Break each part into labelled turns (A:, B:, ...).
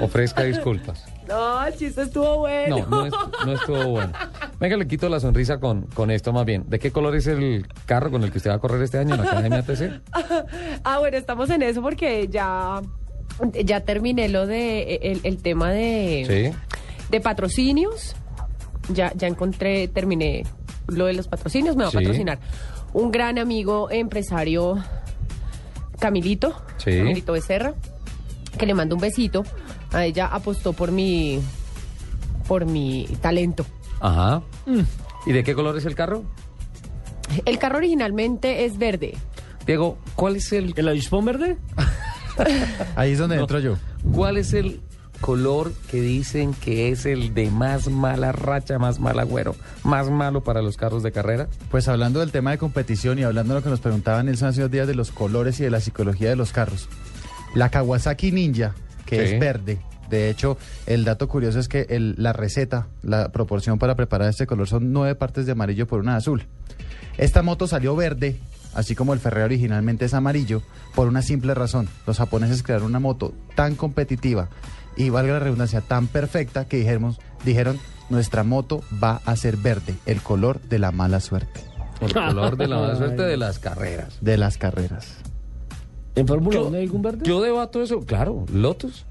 A: Ofrezca disculpas.
B: No, el chiste estuvo bueno.
A: No, no, est- no estuvo bueno. Venga, le quito la sonrisa con, con esto más bien. ¿De qué color es el carro con el que usted va a correr este año en la Academia ATC?
B: Ah, bueno, estamos en eso porque ya, ya terminé lo de e, el, el tema de,
A: Sí.
B: de patrocinios. Ya, ya encontré, terminé lo de los patrocinios, me va
A: Sí.
B: a patrocinar. Un gran amigo empresario, Camilito,
A: Sí.
B: Camilito Becerra, que le mando un besito. A ella apostó por mi, por mi talento.
A: Ajá. ¿Y de qué color es el carro?
B: El carro originalmente es verde.
A: Diego, ¿cuál es el,
C: ¿El avispón verde?
D: Ahí es donde entro yo.
A: cuál es el color que dicen que es el de más mala racha, más mal agüero, más malo para los carros de carrera?
D: Pues hablando del tema de competición y hablando de lo que nos preguntaban Nelson hace unos días de los colores y de la psicología de los carros. La Kawasaki Ninja, que
A: Sí.
D: es verde. De hecho, el dato curioso es que el- la receta, la proporción para preparar este color son nueve partes de amarillo por una de azul. Esta moto salió verde, así como el Ferrari originalmente es amarillo, por una simple razón. Los japoneses crearon una moto tan competitiva y, valga la redundancia, tan perfecta que dijéramos- dijeron, nuestra moto va a ser verde, el color de la mala suerte,
A: El color de la mala suerte de las carreras.
D: de las carreras.
C: ¿En Fórmula
A: Yo-
C: 1 hay algún verde?
A: Yo debato eso, claro, Lotus.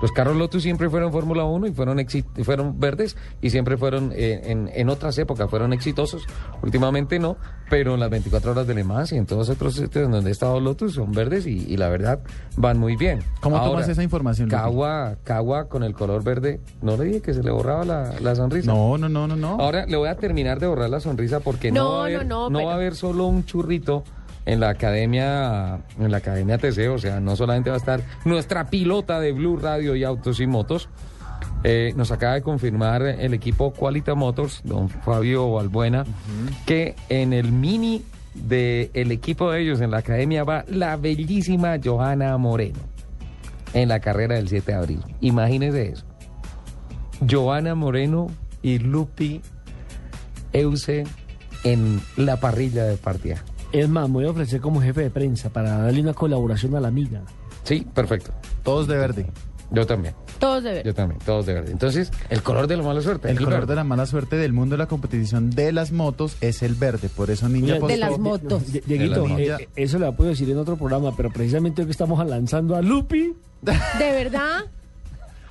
A: Los carros Lotus siempre fueron Fórmula 1 y fueron, exi- y fueron verdes y siempre fueron, eh, en, en otras épocas, fueron exitosos. Últimamente no, pero en las 24 horas de Le Mans y en todos otros sitios donde ha estado Lotus son verdes y, y la verdad van muy bien.
D: ¿Cómo tomas esa información, Lupi?
A: Cagua, Cagua con el color verde. No le dije que se le borraba la, la sonrisa.
D: No, no, no, no, no.
A: Ahora le voy a terminar de borrar la sonrisa porque no,
B: No,
A: va, a haber,
B: no, no, pero-
A: va a haber solo un churrito en la academia en la academia TC, o sea, no solamente va a estar nuestra pilota de Blue Radio y Autos y Motos. Eh, nos acaba de confirmar el equipo Qualita Motors, don Fabio Balbuena, que en el mini del equipo de ellos en la academia va la bellísima Johanna Moreno en la carrera del 7 de abril. Imagínense eso. Joana Moreno y Lupi Euse en la parrilla de partida.
C: Es más, me voy a ofrecer como jefe de prensa para darle una colaboración a la amiga.
A: Sí, perfecto.
D: Todos de verde.
A: Yo también,
B: Todos de verde.
A: yo también, todos de verde. Entonces, el color de la mala suerte.
D: El color
A: verde.
D: de la mala suerte del mundo de la competición de las motos es el verde. Por eso pues, Ninja
B: de las
D: apostó-
B: motos. motos.
C: Die- Dieguito,
A: De las
C: eh,
D: motos.
C: eh, eso le puedo decir en otro programa, pero precisamente hoy que estamos lanzando a Lupi,
B: ¿De verdad?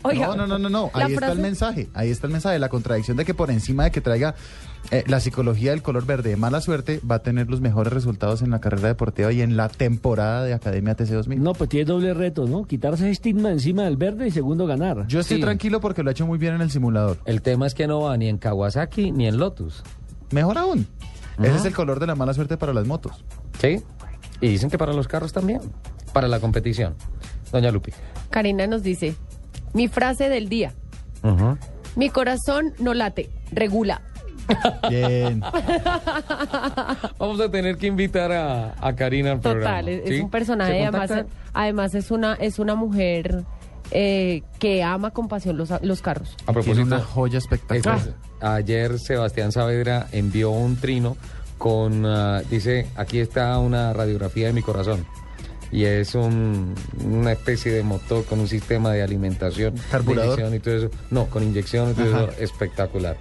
B: Oiga,
D: no, no, no, no, no.
B: la
D: Ahí está el
B: frase-
D: mensaje. Ahí está el mensaje. La contradicción de que por encima de que traiga eh, la psicología del color verde de mala suerte, va a tener los mejores resultados en la carrera deportiva y en la temporada de Academia TC2000.
C: no, pues tiene doble reto, ¿no? Quitarse ese estigma encima del verde y segundo ganar.
D: Yo estoy
A: Sí.
D: tranquilo porque lo ha hecho muy bien en el simulador.
A: El tema es que no va ni en Kawasaki ni en Lotus.
D: Mejor aún.
A: Ajá.
D: Ese es el color de la mala suerte para las motos.
A: ¿Sí? Y dicen que para los carros también, para la competición. Doña Lupi.
B: Karina nos dice, mi frase del día,
A: Ujú.
B: mi corazón no late, regula.
D: Bien.
A: Vamos a tener que invitar a, a Karina al programa.
B: Total, es, es
A: ¿sí?
B: un personaje,
A: ¿Se
B: además,
A: contacta?
B: además es una es una mujer eh, que ama con pasión los, los carros.
A: A propósito,
D: Tiene una joya espectacular.
A: Entonces, Ayer Sebastián Saavedra envió un trino con, ah, dice, aquí está una radiografía de mi corazón. Y es un- una especie de motor con un sistema de alimentación. de
D: Carburador.
A: inyección y todo eso. No, con inyección y todo
D: Ajá.
A: eso. Espectacular.